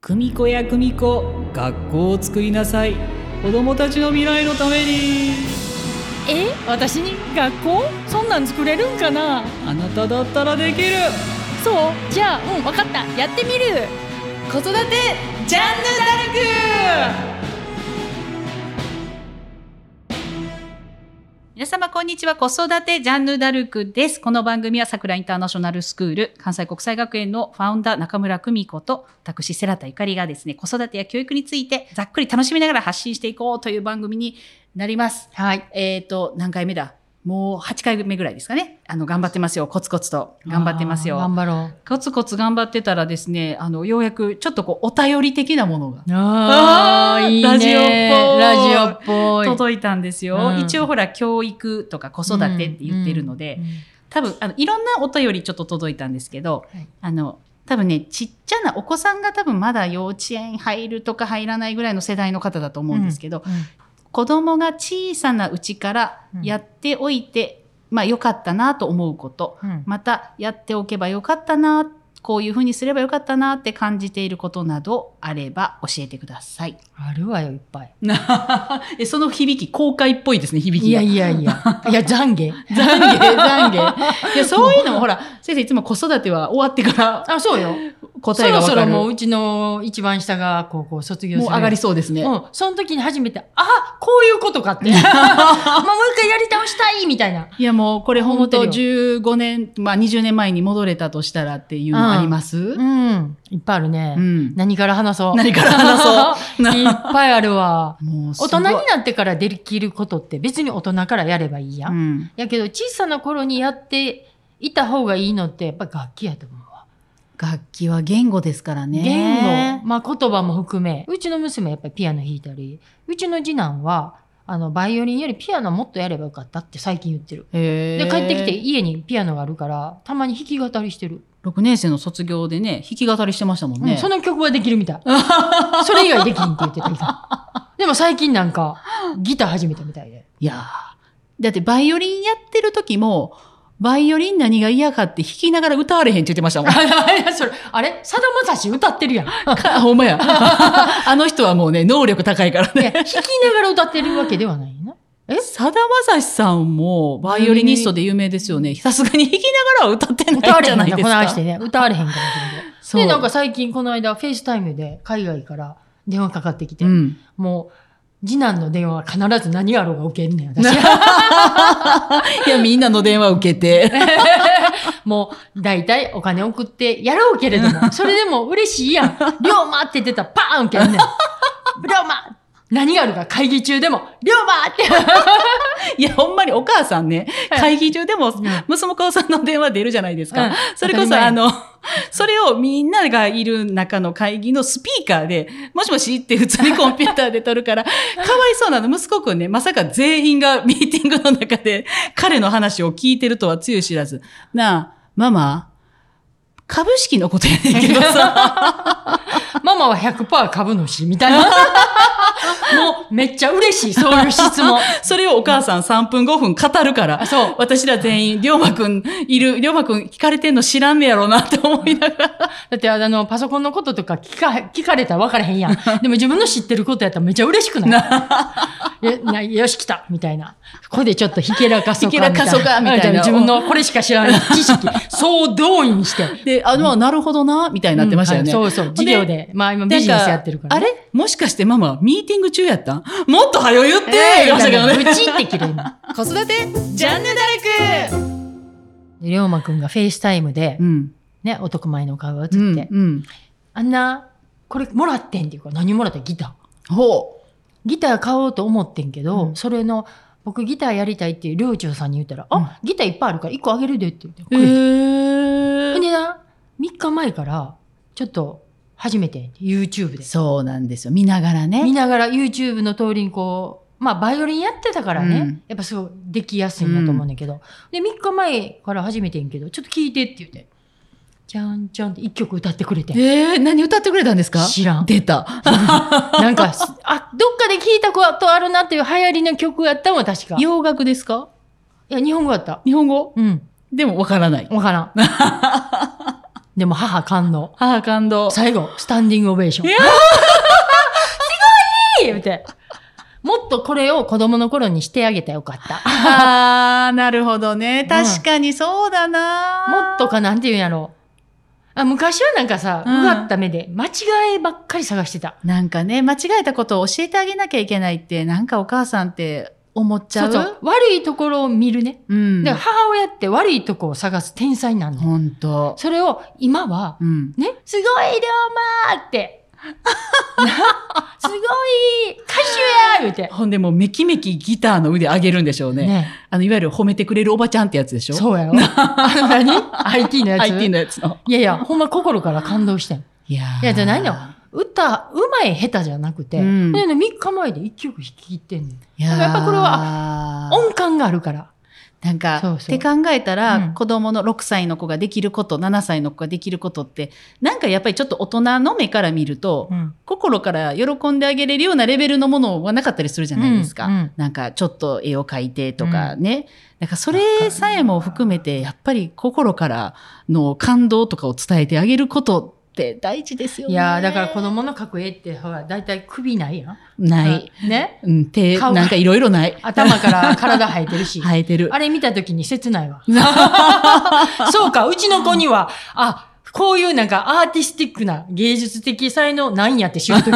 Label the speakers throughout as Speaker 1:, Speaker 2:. Speaker 1: 組子や組子学校を作りなさい子供たちの未来のために
Speaker 2: え私に学校そんなん作れるんかな
Speaker 1: あなただったらできる
Speaker 2: そうじゃあうん分かったやってみる
Speaker 3: 子育てジャンヌダルク皆様、こんにちは。子育てジャンヌダルクです。この番組は桜インターナショナルスクール、関西国際学園のファウンダー中村久美子と、私、セラタゆかりがですね、子育てや教育について、ざっくり楽しみながら発信していこうという番組になります。
Speaker 2: はい。
Speaker 3: えっ、ー、と、何回目だもう8回目ぐらいですかね。あの、頑張ってますよ。コツコツと。頑張ってますよ。
Speaker 2: 頑張ろう。
Speaker 3: コツコツ頑張ってたらですね、あの、ようやく、ちょっとこう、お便り的なものが。
Speaker 2: ああ、いいね。
Speaker 3: ラジオっぽい。
Speaker 2: ラジオっぽい。
Speaker 3: 届いたんですよ。うん、一応ほら、教育とか子育てって言ってるので、うんうん、多分、あの、いろんなお便りちょっと届いたんですけど、はい、あの、多分ね、ちっちゃなお子さんが多分まだ幼稚園入るとか入らないぐらいの世代の方だと思うんですけど、子供が小さなうちからやっておいて、うん、まあ良かったなと思うこと、うん、またやっておけばよかったな、こういうふうにすればよかったなって感じていることなどあれば教えてください。
Speaker 2: あるわよ、いっぱい。
Speaker 3: えその響き、公開っぽいですね、響き
Speaker 2: が。いやいやいや。 いや、懺悔。
Speaker 3: 懺悔、懺悔。いや、そういうのもほら、先生いつも子育ては終わってから。
Speaker 2: あ、そうよ。
Speaker 3: 答えが
Speaker 2: そろそろもううちの一番下が高校卒業す
Speaker 3: る。もう上がりそうですね。
Speaker 2: うん。その時に初めて、あ、こういうことか って。もう一回やり直したいみたいな。
Speaker 3: いやもうこれ本当15年、まあ20年前に戻れたとしたらっていうのあります、
Speaker 2: うん、うん。いっぱいあるね。うん。何から話そう。。
Speaker 3: 何から話そう
Speaker 2: いっぱいある わ。もう大人になってからできることって別に大人からやればいいや。うん。やけど小さな頃にやっていた方がいいのってやっぱ楽器やと思う。
Speaker 3: 楽器は言語ですからね。
Speaker 2: 言語。まあ言葉も含め。うちの娘やっぱりピアノ弾いたり、うちの次男は、あの、バイオリンよりピアノもっとやればよかったって最近言ってる。で、帰ってきて家にピアノがあるから、たまに弾き語りしてる。
Speaker 3: 6年生の卒業でね、弾き語りしてましたもんね。うん、
Speaker 2: その曲はできるみた い。それ以外できんって言ってた。でも最近なんか、ギター始めたみた いで。
Speaker 3: いやだってバイオリンやってる時も、バイオリン何が嫌かって弾きながら歌われへんって言ってましたもん。
Speaker 2: それ、あれさだまさし歌ってるやん。
Speaker 3: ほんまや。 あの人はもうね、能力高いからね。
Speaker 2: 弾きながら歌ってるわけではないな。
Speaker 3: えさだまさしさんもバイオリニストで有名ですよね。さすがに弾きながら歌ってない
Speaker 2: 歌われへん
Speaker 3: ない
Speaker 2: ですか。こしてね。歌われへんからで。で、なんか最近この間、フェイスタイムで海外から電話かかってきて、うん、もう、次男の電話は必ず何やろうが受けんねん、 私。
Speaker 3: いや、みんなの電話受けて。
Speaker 2: もう、大体お金送ってやろうけれど も、それでも嬉しいやん。龍馬って出たらパーン受け んねん。龍馬何があるか会議中でも、龍馬って。
Speaker 3: いや、ほんまにお母さんね、会議中でも、娘子さんの電話出るじゃないですか。うん、それこそ、あの、それをみんながいる中の会議のスピーカーで、もしもしって普通にコンピューターで撮る から、かわいそうなの。息子くんね、まさか全員がミーティングの中で彼の話を聞いてるとはつゆ知らず。なあ、ママ、株式のことやねんけど さ。
Speaker 2: ママは100%株主み たいな。もうめっちゃ嬉しい、そういう質問。
Speaker 3: それをお母さん3分5分語るから。
Speaker 2: そう。
Speaker 3: 私ら全員、りょうまくんいる、りょうまくん聞かれてんの知らんねやろうなって思いながら。
Speaker 2: だってあの、パソコンのこととか聞か、聞かれたら分からへ んやん。でも自分の知ってることやったらめっちゃ嬉しく ないよし来たみたいな。これでちょっとひけらかそか。
Speaker 3: ひけらかそかみたいな。
Speaker 2: 自分のこれしか知らない知 識、総動員して。
Speaker 3: で、あの、なるほどな、みたいになってましたよね。
Speaker 2: そうそう、授業で。まあ今ビジネスやってるから。
Speaker 3: あれもしかしてママ、ミーティング中やったんもっと早言って言ましたけどね。
Speaker 2: ブチって切れる
Speaker 1: 子育て、ジャンヌダル
Speaker 2: ク 龍馬くんがフェイスタイムで、ね、男前の顔が映って、あんな、これもらってんっていうか、何もらったギタ
Speaker 3: ー。ほ
Speaker 2: う。ギター買おうと思ってんけど、それの、僕ギターやりたいっていう寮長さんに言ったら、あ、ギターいっぱいあるから1個あげるでって言ってくれて。ほんでな、3日前から、ちょっと、初めて YouTube で。
Speaker 3: そうなんですよ。見ながらね。
Speaker 2: 見ながら YouTube の通りにこう、まあバイオリンやってたからね、うん、やっぱすごいできやすいんだと思うんだけど、うん、で、3日前から始めてんけど、ちょっと聞いてって言って、ちゃんちゃんって1曲歌ってくれて。
Speaker 3: ええー、何歌ってくれたんですか
Speaker 2: 知らん。
Speaker 3: 出た。
Speaker 2: なんか、あ、どっかで聞いたことあるなっていう流行りの曲やったもん、確か。
Speaker 3: 洋楽ですか
Speaker 2: いや、日本語やった。
Speaker 3: 日本語
Speaker 2: うん。
Speaker 3: でもわからない。
Speaker 2: わからん。でも母感動。
Speaker 3: 母感動。
Speaker 2: 最後、スタンディングオベーション。
Speaker 3: いや
Speaker 2: すごい言うて。もっとこれを子供の頃にしてあげたらよかった。
Speaker 3: あー、なるほどね。
Speaker 2: ん
Speaker 3: 確かにそうだな、
Speaker 2: もっとかなんて言うんやろあ昔はなんかさ、
Speaker 3: うん
Speaker 2: うがった目で間違いばっかり探してた。
Speaker 3: なんかね、間違えたことを教えてあげなきゃいけないって、なんかお母さんって思っちゃう。
Speaker 2: そうそう悪いところを見るね。
Speaker 3: うん。
Speaker 2: で母親って悪いとこを探す天才なの。
Speaker 3: ほんと。
Speaker 2: それを今は、
Speaker 3: うん。
Speaker 2: ね、すごい龍馬 って。なすごい歌手や言うて。
Speaker 3: ほんでもうめきめきギターの腕上げるんでしょうね。
Speaker 2: ね。
Speaker 3: あの、いわゆる褒めてくれるおばちゃんってやつでしょう。
Speaker 2: そう やろ。あの何 ?IT のやつ
Speaker 3: IT のやつの。
Speaker 2: いやいや、ほんま心から感動してん。
Speaker 3: いやー
Speaker 2: いやじゃないの歌、うまい下手じゃなくて、
Speaker 3: うん
Speaker 2: でね、3日前で1曲弾き切ってんねん。
Speaker 3: いや
Speaker 2: だからやっぱこれ
Speaker 3: は
Speaker 2: 音感があるから。
Speaker 3: なんか
Speaker 2: そうそう
Speaker 3: って考えたら、
Speaker 2: うん
Speaker 3: 子供の6歳の子ができること7歳の子ができることってなんかやっぱりちょっと大人の目から見ると、心から喜んであげれるようなレベルのものはなかったりするじゃないですか、
Speaker 2: うんうん
Speaker 3: なんかちょっと絵を描いてとかね、なんかそれさえも含めてやっぱり心からの感動とかを伝えてあげることって大事ですよね。
Speaker 2: いやーだから子供の描く絵って、ほら、だいたい首ないやん。
Speaker 3: ない、
Speaker 2: ね。
Speaker 3: うん、手
Speaker 2: 顔が
Speaker 3: なんかいろいろない
Speaker 2: 頭から体生えてるし。
Speaker 3: 生えてる
Speaker 2: あ。れ見た時に切な いわ。そうか、うちの子には、あ、こういうなんかアーティスティックな芸術的才能なんやって知 るとき。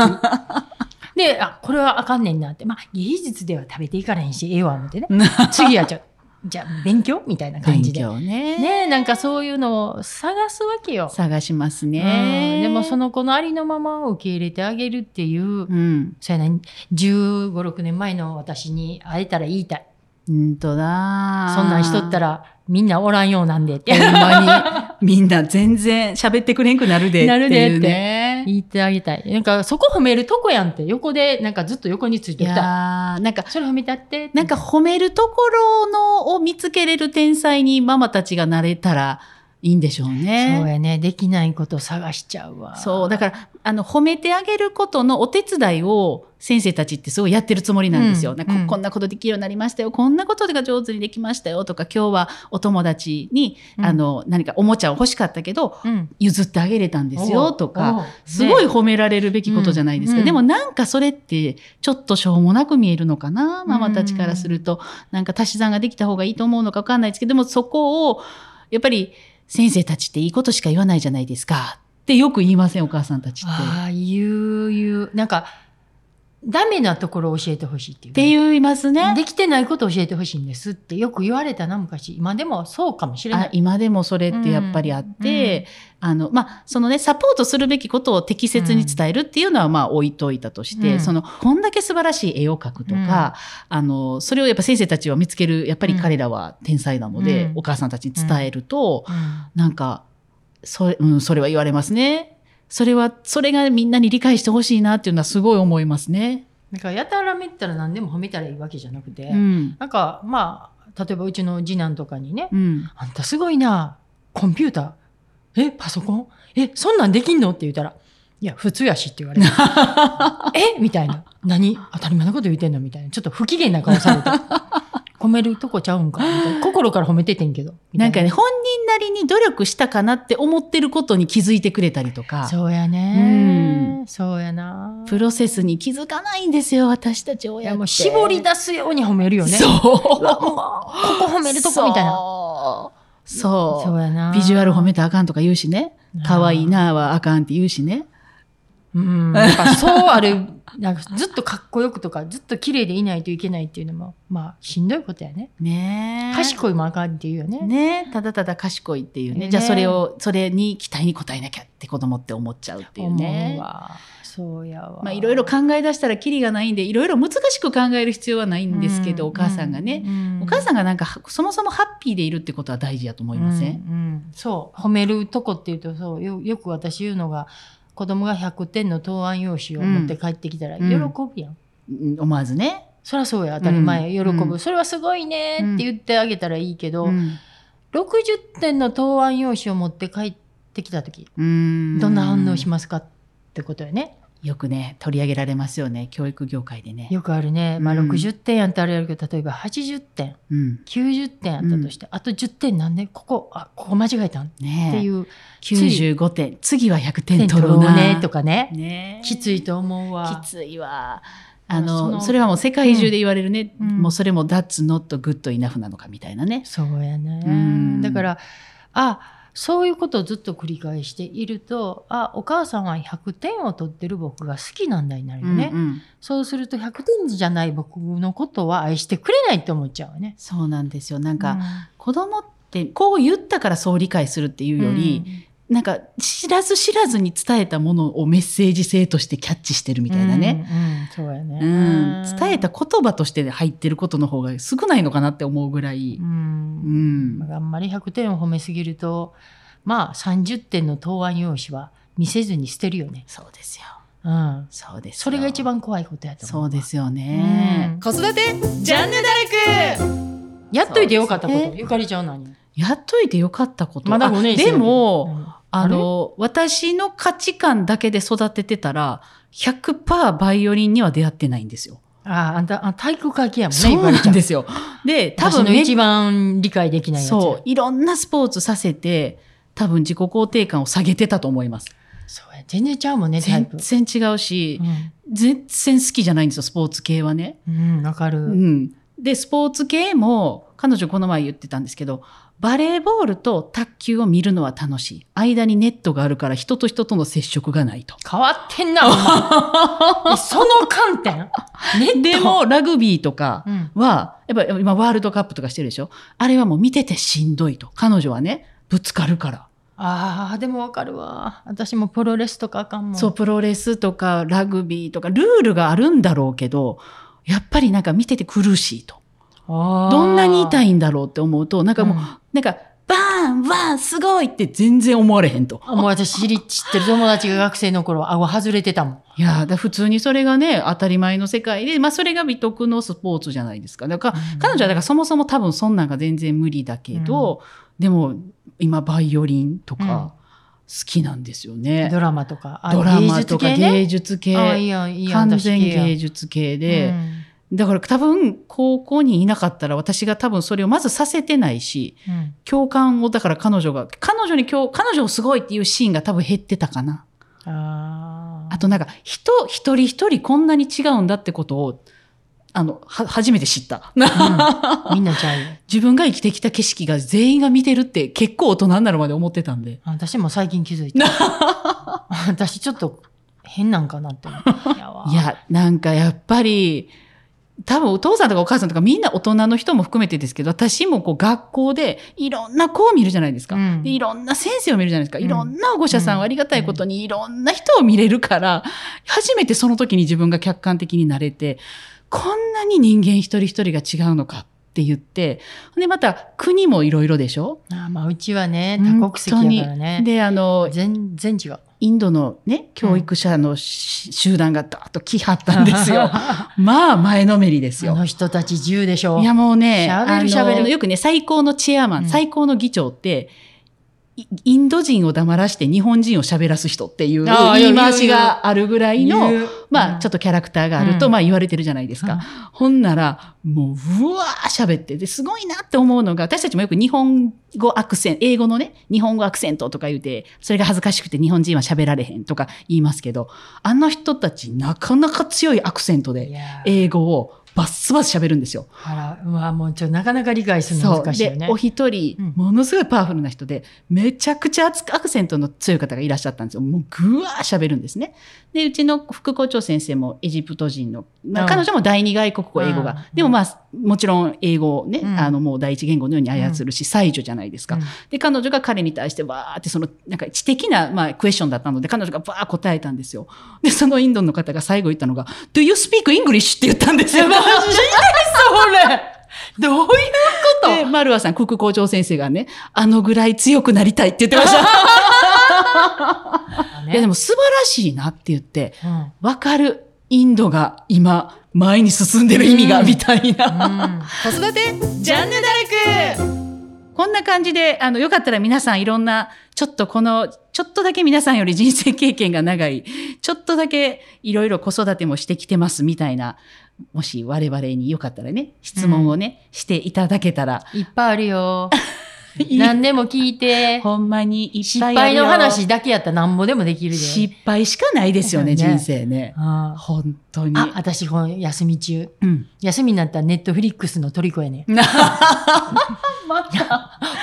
Speaker 2: で、あ、これはあかんねんなって。まあ、芸術では食べていかれへんし、ええわ、思 ってね。次はじゃあ、じゃあ勉強みたいな感
Speaker 3: 勉
Speaker 2: じで。ね
Speaker 3: 強ね
Speaker 2: え、なんかそういうのを探すわけよ。
Speaker 3: 探します
Speaker 2: う
Speaker 3: ね。
Speaker 2: んでもその子のありのままを受け入れてあげるっていう、
Speaker 3: うん。
Speaker 2: そうやね、15、6年前の私に会えたら言いたい。
Speaker 3: うんとだ。
Speaker 2: そんなんしとった
Speaker 3: ら。
Speaker 2: らみんなおらんようなんでって
Speaker 3: ほんまに、みんな全然喋ってくれんくなるでっていう、ね。
Speaker 2: なるでって
Speaker 3: ね
Speaker 2: 言ってあげたい。なんかそこ褒めるとこやんって横でなんかずっと横につい
Speaker 3: い
Speaker 2: て
Speaker 3: や
Speaker 2: きた。
Speaker 3: ーなんか、
Speaker 2: それ褒めたって。
Speaker 3: なんか褒めるところのを見つけれる天才にママたちがなれたらいいんでしょう
Speaker 2: そう
Speaker 3: ね。
Speaker 2: やね。できないこと探しちゃうわ。
Speaker 3: そうだから、あの、褒めてあげることのお手伝いを先生たちってすごいやってるつもりなんですよ。
Speaker 2: うん
Speaker 3: なんか
Speaker 2: うん
Speaker 3: こんなことできるようになりましたよ。こんなことが上手にできましたよ。とか、今日はお友達に、
Speaker 2: うん
Speaker 3: あの、何かおもちゃを欲しかったけど、
Speaker 2: うん。
Speaker 3: 譲ってあげれたんです
Speaker 2: お
Speaker 3: よ
Speaker 2: う
Speaker 3: とか、、
Speaker 2: おう
Speaker 3: すごい
Speaker 2: ね
Speaker 3: 褒められるべきことじゃないですか、
Speaker 2: うん
Speaker 3: でもなんかそれってちょっとしょうもなく見えるのかなママたちからすると、なんか足し算ができた方がいいと思うのか分かんないですけどでもそこをやっぱり先生たちっていいことしか言わないじゃないですかってよく言いませんお母さんたちって。
Speaker 2: ああ、言う言う。なんか、ダメなところを教えてほしいっていう。
Speaker 3: って言いますね。
Speaker 2: できてないことを教えてほしいんですってよく言われたな、昔。今でもそうかもしれな
Speaker 3: あ
Speaker 2: い。
Speaker 3: 今でもそれってやっぱりあって、あのまあそのねサポートするべきことを適切に伝えるっていうのはまあ置いといたとして、
Speaker 2: うん
Speaker 3: そのこんだけ素晴らしい絵を描くとか、あのそれをやっぱ先生たちは見つけるやっぱり彼らは天才なので、
Speaker 2: うん
Speaker 3: お母さんたちに伝えると、
Speaker 2: うん
Speaker 3: なんかそれ,、うん、それは言われますね。それはそれがみんなに理解してほしいなっていうのはすごい思いますね。
Speaker 2: なんか、やたらめったら何でも褒めたらいいわけじゃなくて、
Speaker 3: うん
Speaker 2: なんか、まあ、例えばうちの次男とかにね、
Speaker 3: うん、
Speaker 2: あんたすごいな。コンピューター。え、パソコンえ、そんなんできんのって言ったら、いや、普通やしって 言われた。えみたいな。何当たり前のこと言うてんのみたいな。ちょっと不機嫌な顔 された。褒めるとこちゃうんかみたいな心から褒めててんけど。みた
Speaker 3: ないんかね本人なりに努力したかなって思ってることに気づいてくれたりとか。
Speaker 2: そうやね。そうやな。
Speaker 3: プロセスに気づかないんですよ、私たち
Speaker 2: い
Speaker 3: 親って。
Speaker 2: や、もう絞り
Speaker 3: だ
Speaker 2: 出すように褒めるよね。
Speaker 3: そう
Speaker 2: う。わもうここ褒めるとこみたいな。
Speaker 3: そう。
Speaker 2: そうやな。
Speaker 3: ビジュアル褒めたらあかんとか言うしね。可愛いなあはあかんって言うしね。
Speaker 2: うん、やっぱそうある、なんかずっとかっこよくとか、ずっと綺麗でいないといけないっていうのも、まあ、しんどいことやね。
Speaker 3: ねえ
Speaker 2: 賢いもあかんっていうよね。
Speaker 3: ねえただただ賢いっていうね。
Speaker 2: ね
Speaker 3: じゃあそれを、それに期待に応えなきゃって子供って思っちゃうっていう
Speaker 2: 思
Speaker 3: ね
Speaker 2: う。わ。そうやわ。
Speaker 3: まあいろいろ考え出したらキリがないんで、いろいろ難しく考える必要はないんですけど、
Speaker 2: う
Speaker 3: お母さんがね。、お母さんがなんか、そもそもハッピーでいるってことは大事やと思
Speaker 2: も
Speaker 3: いません、
Speaker 2: そう、褒めるとこっていうと、そう、よよく私言うのが、子供が100点の答案用紙を持って帰ってきたら、
Speaker 3: うん
Speaker 2: 喜ぶやん。
Speaker 3: うん思わずね。
Speaker 2: そりゃそうや、当たり前、喜ぶ、
Speaker 3: うんうん
Speaker 2: それはすごいねって言ってあげたらいいけど、
Speaker 3: うん
Speaker 2: 60点の答案用紙を持って帰ってきた時
Speaker 3: どん
Speaker 2: どんな反応し
Speaker 3: ま
Speaker 2: ますかってことよね。
Speaker 3: よくね取り上げられますよね教育業界でね。
Speaker 2: よくあるね、まあ、
Speaker 3: うん
Speaker 2: 60点やったらあれやるけど例えば80点
Speaker 3: うん、
Speaker 2: 90点やったとして、あと10点なんでここあここ間違えたんっ
Speaker 3: ね
Speaker 2: ていう
Speaker 3: 95点次は100点
Speaker 2: 点
Speaker 3: 取
Speaker 2: 取
Speaker 3: ろ
Speaker 2: ろ
Speaker 3: う
Speaker 2: う
Speaker 3: な
Speaker 2: ねとかね
Speaker 3: ね
Speaker 2: きついと思うわ
Speaker 3: きついわ
Speaker 2: あ
Speaker 3: あ
Speaker 2: の
Speaker 3: のそ
Speaker 2: その
Speaker 3: れはもう世界中で言われるね、
Speaker 2: うん
Speaker 3: もうそれも「That's not good enough」なのかみたいなね。
Speaker 2: そうやね、
Speaker 3: うん
Speaker 2: だからあそういうことをずっと繰り返しているとあお母さんは100点を取ってる僕が好きなんだになるよね、
Speaker 3: うんうん
Speaker 2: そうすると100点じゃない僕のことは愛してくれないって思っちゃうわね。
Speaker 3: そうなんですよなんか、
Speaker 2: か、
Speaker 3: 子供ってこう言ったからそう理解するっていうより、なんか知らず知らずに伝えたものをメッセージ性としてキャッチしてるみ
Speaker 2: み
Speaker 3: たいなね、。
Speaker 2: うんそうやね、
Speaker 3: うん伝えた言葉として入ってることの方が少ないのかなって思うぐらい、
Speaker 2: う
Speaker 3: うんん
Speaker 2: まああんまり100点を褒めすぎるとまあ30点の答案用紙は見せずに捨てるよね。
Speaker 3: そうですよ
Speaker 2: うん、
Speaker 3: そうですよ
Speaker 2: それが一番怖いことやと
Speaker 3: そ
Speaker 2: 思うわ。
Speaker 3: うですよ
Speaker 2: う
Speaker 3: ね、
Speaker 2: ん。
Speaker 1: 子育てジャンヌダルク
Speaker 2: やっといてよかったこ
Speaker 3: そう
Speaker 2: と、
Speaker 3: です
Speaker 2: ゆかりちゃんは何
Speaker 3: やっといてよかったこと
Speaker 2: まだ
Speaker 3: あ
Speaker 2: 5年生
Speaker 3: でも、
Speaker 2: う
Speaker 3: あの、私の価値観だけで育ててたら、100%バイオリンには出会ってないんですよ。
Speaker 2: んああんたあ体育会系やもんね
Speaker 3: そ
Speaker 2: ゆ
Speaker 3: う
Speaker 2: かり
Speaker 3: な
Speaker 2: ちゃ
Speaker 3: ん
Speaker 2: ん。
Speaker 3: ですよ。で、多分
Speaker 2: 私の
Speaker 3: めっ
Speaker 2: 一番理解できないやつや。
Speaker 3: そう、いろんなスポーツさせて、多分自己肯定感を下げてたと思います。
Speaker 2: そうや全然ちゃうもんねタイ
Speaker 3: 全
Speaker 2: プ。
Speaker 3: 然違うし、全然好きじゃないんですよ、スポーツ系はね。
Speaker 2: うん、うんわかる。
Speaker 3: うん。で、スポーツ系も、彼女この前言ってたんですけど、バレーボールと卓球を見るのは楽しい。間にネットがあるから人と人との接触がないと。
Speaker 2: 変わってんな、お 前えその観点
Speaker 3: でも、ラグビーとか、
Speaker 2: うん。
Speaker 3: は、やっぱ今ワールドカップとかしてるでしょあれはもう見ててしんどいと。彼女はね、ぶつかるから。
Speaker 2: ああ、でもわかるわ。私もプロレスとかあかんもん。
Speaker 3: そう、プロレスとかラグビーとかルールがあるんだろうけど、やっぱりなんか見てて苦しいと。
Speaker 2: あー。
Speaker 3: どんなに
Speaker 2: い
Speaker 3: 痛いんだろうって思うと、なんかもう、
Speaker 2: うん
Speaker 3: なんか、バーンバーンすごいって全然思われへんと。
Speaker 2: もう私知り、知ってる友達が学生の頃、顎外れてたもん。
Speaker 3: いやーだから普通にそれがね、当たり前の世界で、まあそれが美徳のスポーツじゃないですか。だから、彼女はだからそもそも多分そんなんが全然無理だけど、でも今バイオリンと
Speaker 2: うん
Speaker 3: か好きなんですよね。
Speaker 2: ドラマとか、あ
Speaker 3: ドラマとか
Speaker 2: 芸術系
Speaker 3: 芸術系,、
Speaker 2: ねあーいいやんいいやん
Speaker 3: 完全芸
Speaker 2: 術
Speaker 3: 術系で、だから多分高校にいなかったら私が多分それをまずさせてないし共感をだから彼女が彼女に今日彼女をすごいっていうシーンが多分減ってたかな。
Speaker 2: ああ
Speaker 3: あとなんか人一人一人こんなに違うんだってことをあのは初めて知った。
Speaker 2: と、うんみんなちゃうよ。
Speaker 3: 自分が生きてきた景色が全員が見てるって結構大人になるまで思ってたんで。
Speaker 2: 私も最近気づい た。私ちょっと変なんかなって思う。やわ
Speaker 3: いや、なんかやっぱり、多分お父さんとかお母さんとかみんな大人の人も含めてですけど、私もこう学校でいろんな子を見るじゃないですか。
Speaker 2: うん
Speaker 3: でいろんな先生を見るじゃないですか。いろんな保護者さん
Speaker 2: うん
Speaker 3: はありがたいことにいろんな人を見れるから、初めてその時に自分が客観的になれて、こんなに人間一人一人が違うのかって言って、で、また国もいろいろでしょ
Speaker 2: あーまあ、うちはね、多国籍やからね。
Speaker 3: で、あの、
Speaker 2: 全然違う。
Speaker 3: インドのね、教育者のし、集団がダーッと来はったんです よ。
Speaker 2: あ
Speaker 3: まあ、前のめりですよ
Speaker 2: の。人たち自由でしょ。
Speaker 3: いや、もうね、
Speaker 2: 喋る
Speaker 3: あの
Speaker 2: 喋る
Speaker 3: よくね、最高のチェアマン、
Speaker 2: うん
Speaker 3: 最高の議長って、いインド人を黙らして日本人を喋らす人っていう
Speaker 2: ああ
Speaker 3: 言い回しがあるぐらいの、
Speaker 2: 言う
Speaker 3: ま
Speaker 2: う
Speaker 3: あ
Speaker 2: ん
Speaker 3: ちょっとキャラクターがある
Speaker 2: う
Speaker 3: と
Speaker 2: ん
Speaker 3: まあ言われてるじゃないですか。ほんなら、もう、うわー喋って、で、すごいなって思うのが、私たちもよく日本語アクセント、英語のね、日本語アクセントとか言うて、それが恥ずかしくて日本人は喋られへんとか言いますけど、あの人たちなかなか強いアクセント
Speaker 2: い
Speaker 3: で、
Speaker 2: や
Speaker 3: 英語をバッスバス喋るんですよ。
Speaker 2: あら、うわ、もうちょ、なかなか理解する
Speaker 3: そ
Speaker 2: の
Speaker 3: う。
Speaker 2: 難しいよ
Speaker 3: で
Speaker 2: ね、。
Speaker 3: お一人
Speaker 2: うん、
Speaker 3: ものすごいパワフルな人で、めちゃくちゃアクセントの強い方がいらっしゃったんですよ。もうぐわー喋るんですね。で、うちの副校長先生もエジプト人の、まあ
Speaker 2: うん
Speaker 3: 彼女も第二外国語、英語
Speaker 2: うん
Speaker 3: が。でもまあ、もちろん英語をね、
Speaker 2: うん
Speaker 3: あの、もう第一言語のように操るし、才女じゃないですか
Speaker 2: うん。
Speaker 3: で、彼女が彼に対してわーって、その、なんか知的な、まあ、クエスチョンだったので、彼女がばー答えたんですよ。で、そのインドの方が最後言ったのが、Do you speak English? って言ったんです よ。
Speaker 2: それどういうこと
Speaker 3: で、マルワさん、国校長先生がね、あのぐらい強くなりたいって言ってま した。いや、でも素晴らしいなって言って、
Speaker 2: うん
Speaker 3: わかる。インドが今、前に進んでる意味が、
Speaker 2: うん
Speaker 3: みたいな。
Speaker 2: うん
Speaker 1: 子育てジャンヌダルク
Speaker 3: こんな感じで、あの、よかったら皆さんいろんな、ちょっとこのちょっとだけ皆さんより人生経験が長い、ちょっとだけいろいろ子育てもしてきてますみたいな、もし我々によかったらね、質問をね、していただけたら。
Speaker 2: いっぱいあるよ。何でも聞いて。
Speaker 3: ほんまにいっ
Speaker 2: 失
Speaker 3: ぱいあ
Speaker 2: 敗
Speaker 3: るよ
Speaker 2: の話だけやったら何もでもできるで。
Speaker 3: 失敗しかないですよね、
Speaker 2: ですよね
Speaker 3: 人生ね。
Speaker 2: あー
Speaker 3: 本当に。
Speaker 2: あ、私、この休み中。
Speaker 3: うん。
Speaker 2: 休みになったらネットフリックスの虜やねん。
Speaker 3: また、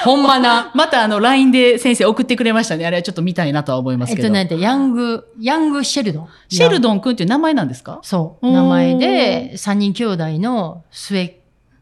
Speaker 2: ほんまな。
Speaker 3: またあの、LINE で先生送ってくれましたね。あれはちょっと見たいなとは思います
Speaker 2: えっ
Speaker 3: けど。
Speaker 2: と、なんて、ヤング、ヤングシェルドン。
Speaker 3: シェルドン君っていう名前なんですか
Speaker 2: そう。
Speaker 3: おー
Speaker 2: 名前で、三人兄弟の末っ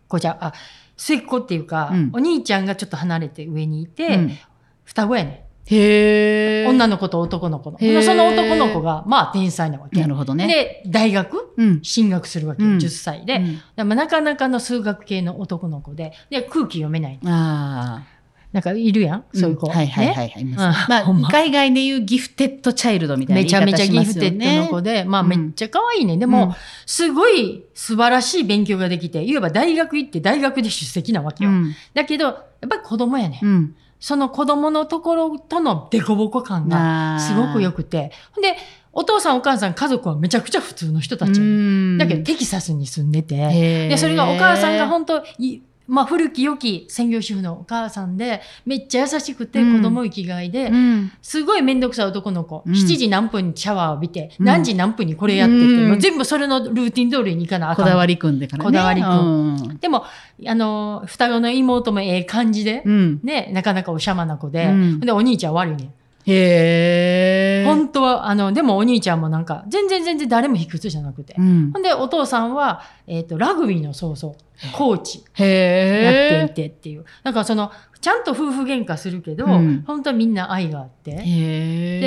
Speaker 2: 子じゃ、あ、末っ子っていうか、
Speaker 3: うん
Speaker 2: お兄ちゃんがちょっと離れて上にいて、
Speaker 3: うん
Speaker 2: 双子やね
Speaker 3: へ
Speaker 2: ん。
Speaker 3: ー
Speaker 2: 女の子と男の子の。
Speaker 3: へー
Speaker 2: その男の子が、まあ、天才なわけ。
Speaker 3: なるほどね。
Speaker 2: で、大学
Speaker 3: うん。
Speaker 2: 進学するわけよ、
Speaker 3: うん
Speaker 2: 10歳で。
Speaker 3: うん
Speaker 2: でまあなかなかの数学系の男の子で、で、空気読めない。
Speaker 3: ああ。
Speaker 2: なんかいるやん、そういう子。
Speaker 3: んはいはい
Speaker 2: ね
Speaker 3: はいはい。います
Speaker 2: うん
Speaker 3: ま
Speaker 2: ほ
Speaker 3: あ、
Speaker 2: んま
Speaker 3: 海外でいうギフテッドチャイルドみたいな言
Speaker 2: め
Speaker 3: い
Speaker 2: ち
Speaker 3: 方
Speaker 2: ゃ
Speaker 3: し
Speaker 2: め
Speaker 3: ます
Speaker 2: ちゃ
Speaker 3: よ、ね。
Speaker 2: ギフテッドの子で、まあ
Speaker 3: うん
Speaker 2: めっちゃ可愛いね。で
Speaker 3: で
Speaker 2: も、、すごい素晴らしい勉強ができて、いわば大学行って大学で出席なわけ
Speaker 3: う
Speaker 2: よ。
Speaker 3: ん。
Speaker 2: だけど、やっぱり子供やね、。
Speaker 3: うんん。
Speaker 2: その子供のところとの凸凹感が
Speaker 3: あー
Speaker 2: すごく良くて。ほんで、お父さんお母さん家族はめちゃくちゃ普通の人たちや
Speaker 3: う
Speaker 2: ね、
Speaker 3: ん
Speaker 2: だけど、テキサスに住んでて。
Speaker 3: へー
Speaker 2: で、それがお母さんが本当いまあ古き良き専業主婦のお母さんで、めっちゃ優しくて
Speaker 3: うん
Speaker 2: 子供生きがいで、
Speaker 3: うん
Speaker 2: すごい面倒くさい男の子、
Speaker 3: うん
Speaker 2: 7時何分にシャワー浴びて、
Speaker 3: うん
Speaker 2: 何時何分にこれやってって、
Speaker 3: うん
Speaker 2: もう全部それのルーティン通りに行かなあか
Speaker 3: こ
Speaker 2: ん。
Speaker 3: だわりくんでからね。
Speaker 2: こだわりくん
Speaker 3: うん。
Speaker 2: でも、あの、双子の妹もええ感じで、
Speaker 3: うん。
Speaker 2: ね、なかなかおしゃまな子で、
Speaker 3: うん
Speaker 2: で、お兄ちゃん悪いね。
Speaker 3: へえ。
Speaker 2: 本当は、あの、でもお兄ちゃんもなんか、全然全然誰も卑屈じゃなくて。
Speaker 3: うん
Speaker 2: ほんで、お父さんは、えっ、と、ラグビーのそうそう、コーチやっ
Speaker 3: へ
Speaker 2: ていてっていう。なんかその、ちゃんと夫婦喧嘩するけど、
Speaker 3: うん
Speaker 2: 本当はみんな愛があって。
Speaker 3: え。へ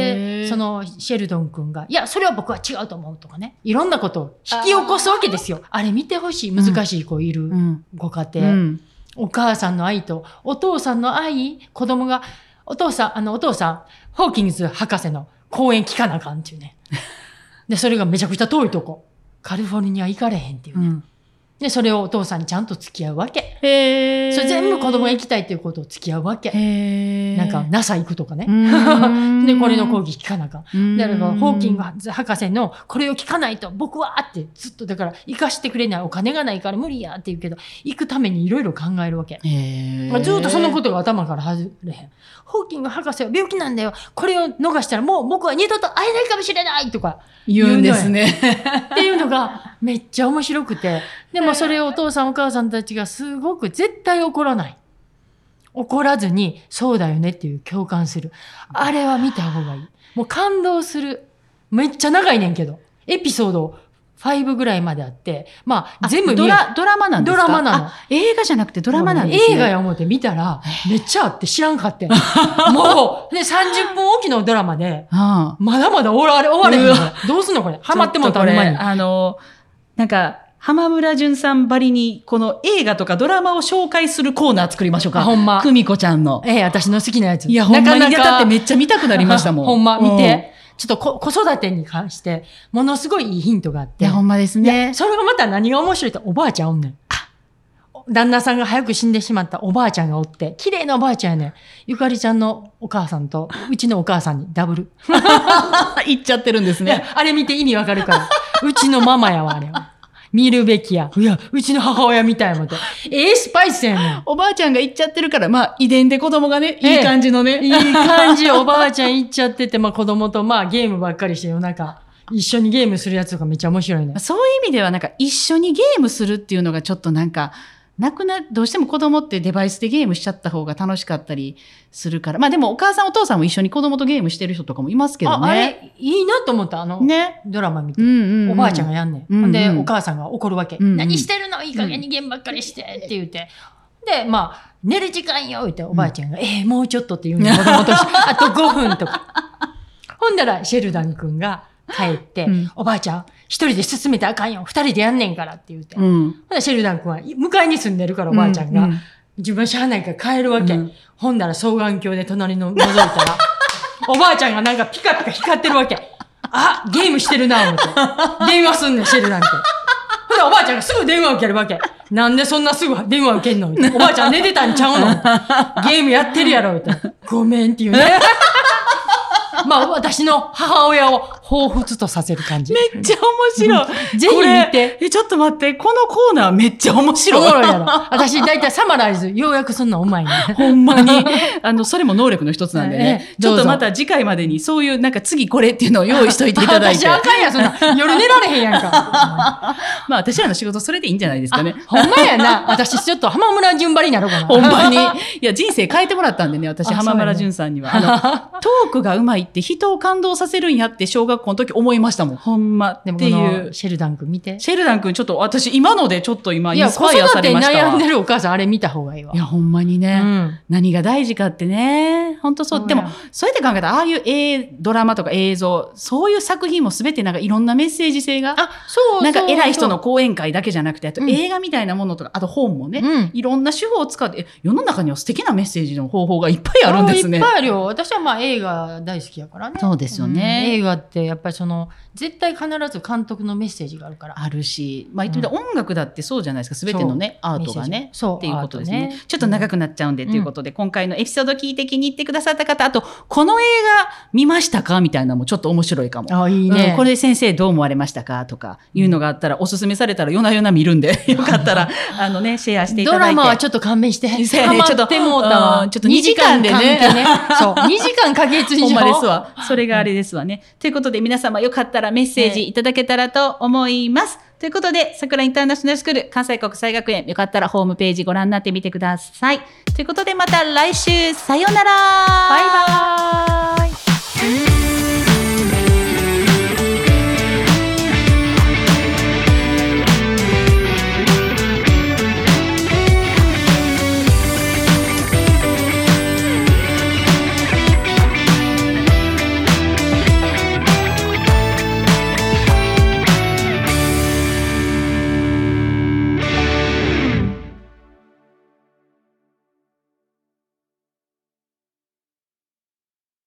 Speaker 2: で
Speaker 3: え。
Speaker 2: そ、のシェルドン君が「いやそれは僕は違うと思う」とかねいろんなことを引き起こすわけですよあれ見てほしい難しい子いる、
Speaker 3: うん。
Speaker 2: ご家
Speaker 3: う
Speaker 2: 庭、
Speaker 3: ん
Speaker 2: お母さんの愛とお父さんの愛子供がお父さんあのお父さんホーキングス博士の講演聞かなあかんって いうねでそれがめちゃくちゃ遠いとこカリフォルニア行かれへんっていう
Speaker 3: う
Speaker 2: ね、
Speaker 3: ん。
Speaker 2: でそれをお父さんにちゃんと付き合うわけ
Speaker 3: へえ。
Speaker 2: それ全部子供が行きたいっていうことを付き合うわけ
Speaker 3: へえ。
Speaker 2: なんか NASA 行くとかね で
Speaker 3: で
Speaker 2: これの講義聞かなあかんだからホーキング
Speaker 3: は
Speaker 2: 博士のこれを聞かないと僕はってずっとだから生かしてくれないお金がないから無理やって言うけど行くためにいろいろ考えるわけ。
Speaker 3: へ
Speaker 2: ずっとそのことが頭から外れへん。ホーキング博士は病気なんだよ。これを逃したらもう僕は二度と会えないかもしれないとか
Speaker 3: 言うんですね。
Speaker 2: っていうのがめっちゃ面白くて。でもそれをお父さんお母さんたちがすごく絶対怒らない。怒らずにそうだよねっていう共感する。あれは見た方がいい。もう感動する。めっちゃ長いねんけど。エピソード5ぐらいまであって、まあ全部見
Speaker 3: ド
Speaker 2: よう
Speaker 3: ラドラマなんですか
Speaker 2: ドラマなの
Speaker 3: あ映画じゃなくてドラマなんですね
Speaker 2: 映画や思って見たら、めっちゃあって知らんかってん。もう、ね、30分おきのドラマで、
Speaker 3: は
Speaker 2: まだまだ終われ、終われへんの
Speaker 3: う
Speaker 2: よ。どうすんのこれ。ハマってもうた
Speaker 3: これ
Speaker 2: る前に。
Speaker 3: あのなんか浜村淳さんばりにこの映画とかドラマを紹介するコーナー作りましょうか
Speaker 2: あほんま
Speaker 3: 久美子ちゃんの
Speaker 2: ええ、私の好きなやつ。
Speaker 3: いやほんまに
Speaker 2: なかなか
Speaker 3: だってめっちゃ見たくなりました もん
Speaker 2: ほんま、見て。ちょっとこ子育てに関して、ものすごいいいヒントがあっ
Speaker 3: うんい
Speaker 2: て
Speaker 3: や。ほんまですね
Speaker 2: それがまた何が面白いって、おばあちゃんおんねん。旦那さんが早く死んでしまったおばあちゃんがおって、綺麗なおばあちゃんやねん。ゆかりちゃんのお母さんと、うちのお母さんにダブル。
Speaker 3: 行っちゃってるんです
Speaker 2: ね
Speaker 3: ね、
Speaker 2: あれ見て意味わかるから。 うちのママやわ、あれは。見るべきや。いや、うちの母親みたいもんて。ええスパイスやねん。
Speaker 3: おばあちゃんが行っちゃってるからまあ遺伝で子供がね
Speaker 2: ええ
Speaker 3: いい感じのね、
Speaker 2: いい感じ、おばあちゃん行っちゃってて、まあ子供とまあゲームばっかりして夜中、一緒にゲームするやつとかめっちゃ面白いね。
Speaker 3: そういう意味ではなんか一緒にゲームするっていうのがちょっとなんかなくなどうしても子供ってデバイスでゲームしちゃった方が楽しかったりするからまあでもお母さんお父さんも一緒に子供とゲームしてる人とかもいますけど
Speaker 2: あ、あ
Speaker 3: ね。
Speaker 2: れ、いいなと思った、あの、
Speaker 3: ね、
Speaker 2: ドラマ見て
Speaker 3: う。んうんうん
Speaker 2: おばあちゃんがやんねん。
Speaker 3: うんうん
Speaker 2: ほんで、お母さんが怒るわけ。
Speaker 3: うんうん
Speaker 2: 何してるのいい加減にゲームばっかりしてって言って。で、まあ、寝る時間よっておばあちゃんが、えーもうちょっとって言うの、子供として あと5分とか。ほんだら、シェルダン君が帰って、
Speaker 3: うん
Speaker 2: おばあちゃん、一人で進めてあかんよ。二人でやんねんからって言うて。
Speaker 3: う
Speaker 2: ほん
Speaker 3: ん、
Speaker 2: だらシェルダン君は、向かいに住んでるから、おばあちゃんが。
Speaker 3: うう
Speaker 2: 自分はしゃあないから帰るわけ。
Speaker 3: うん
Speaker 2: ほんだら双眼鏡で隣の覗いたら、 おばあちゃんがなんかピカピカ光ってるわけ。あ、ゲームしてるな、思って。電話すんねん、シェルなんて。ほんでおばあちゃんがすぐ電話受けるわけ。なんでそんなすぐ電話受けんのみたいなおばあちゃん寝てたんちゃうのゲームやってるやろみたいな。ごめんって言うね。まあ、私の母親を彷彿とさせる感じ。
Speaker 3: めっちゃ面白
Speaker 2: ぜひ
Speaker 3: これ
Speaker 2: 見て。
Speaker 3: い。え、ちょっと待って、このコーナーめっちゃ面
Speaker 2: おもろ
Speaker 3: 白
Speaker 2: い
Speaker 3: い。
Speaker 2: やろ。私、だいたいサマライズ、ようやくそんなんうまいね。
Speaker 3: ほんま に。あの、それも能力の一つなんでね
Speaker 2: ええ。
Speaker 3: ちょっ
Speaker 2: どう
Speaker 3: と
Speaker 2: ぞ
Speaker 3: また次回までに、そういう、なんか次これっていうのを用意しといていただいて。
Speaker 2: 私あかんやん、そんなん。夜寝られへんやんか。
Speaker 3: まあ、私らの仕事それでいいんじゃないですかね。
Speaker 2: ほんまやな。私、ちょっと浜村順張りになろうかな。
Speaker 3: ほんまに。いや、人生変えてもらったんでね、私、
Speaker 2: あ
Speaker 3: 浜
Speaker 2: そうや
Speaker 3: 村
Speaker 2: ね
Speaker 3: 淳さんには。あの、トークがうまいって人を感動させるんやって小学校の時思いましたもん。ほんまっ
Speaker 2: でも、
Speaker 3: て
Speaker 2: こ
Speaker 3: い
Speaker 2: の
Speaker 3: う。
Speaker 2: シェルダン君見て。
Speaker 3: シェルダン君、ちょっと私、今のでちょっと今、
Speaker 2: い
Speaker 3: イン
Speaker 2: や、
Speaker 3: ス
Speaker 2: 子
Speaker 3: パイアされ
Speaker 2: 育て
Speaker 3: ましたわ
Speaker 2: 悩んでるお母さん、あれ見た方がいいわ。
Speaker 3: いや、ほんまに
Speaker 2: う
Speaker 3: ね、
Speaker 2: ん。
Speaker 3: 何が大事かってね、本当そう。でも
Speaker 2: や、、
Speaker 3: そうやって考えたら、ああいう映ドラマとか映像、そういう作品も全てなんかいろんなメッセージ性が、
Speaker 2: あ、そう
Speaker 3: なんか偉い人の
Speaker 2: 子。
Speaker 3: 講演会だけじゃなくて、あと
Speaker 2: うん
Speaker 3: 映画みたいなものとか、あと本もね、
Speaker 2: うん。
Speaker 3: いろんな手法を使って、え世の中には素敵なメッセージの方法がいっぱいあるんです
Speaker 2: い
Speaker 3: ね
Speaker 2: っ。ぱいあるよ。私はまあ映画大好きやからね。
Speaker 3: そうですよね
Speaker 2: うん映画ってやっぱりその、絶対必ず監督のメッセージがあるから。
Speaker 3: あるし、まあ、言ってみたら音楽だってそうじゃないですか、すべてのね、アートが
Speaker 2: メッセー
Speaker 3: ね
Speaker 2: ジ。。そう。
Speaker 3: っていうことですね
Speaker 2: アート
Speaker 3: ちょっと長くなっちゃうんで、ということで、今回のエピソード聞いて気に入ってくださった方、あと、この映画見ましたかみたいなのもちょっと面白いかも。
Speaker 2: あ、いい
Speaker 3: うん
Speaker 2: ね。
Speaker 3: これ先生どう思われましたかとかいうのがあったら、おすすめされたら夜な夜な見るんで、 よかったら、あのね、シェアしていた
Speaker 2: ド
Speaker 3: だい
Speaker 2: ラ
Speaker 3: て。
Speaker 2: マはちょっと勘弁して。
Speaker 3: せやね
Speaker 2: ハマってもうたわ。
Speaker 3: ちょっとうんちょっと2時間でね
Speaker 2: 二時間関係ねそう。2時間かけつに
Speaker 3: ほ
Speaker 2: し
Speaker 3: ん
Speaker 2: よ
Speaker 3: ま
Speaker 2: う
Speaker 3: ですわ。それがあれですわね。ということで皆様よかったらメッセージいただけたらと思います。ということで、桜インターナショナルスクール関西国際学園、よかったらホームページご覧になってみてください。ということでまた来週、さようならバ
Speaker 2: バイバーイ。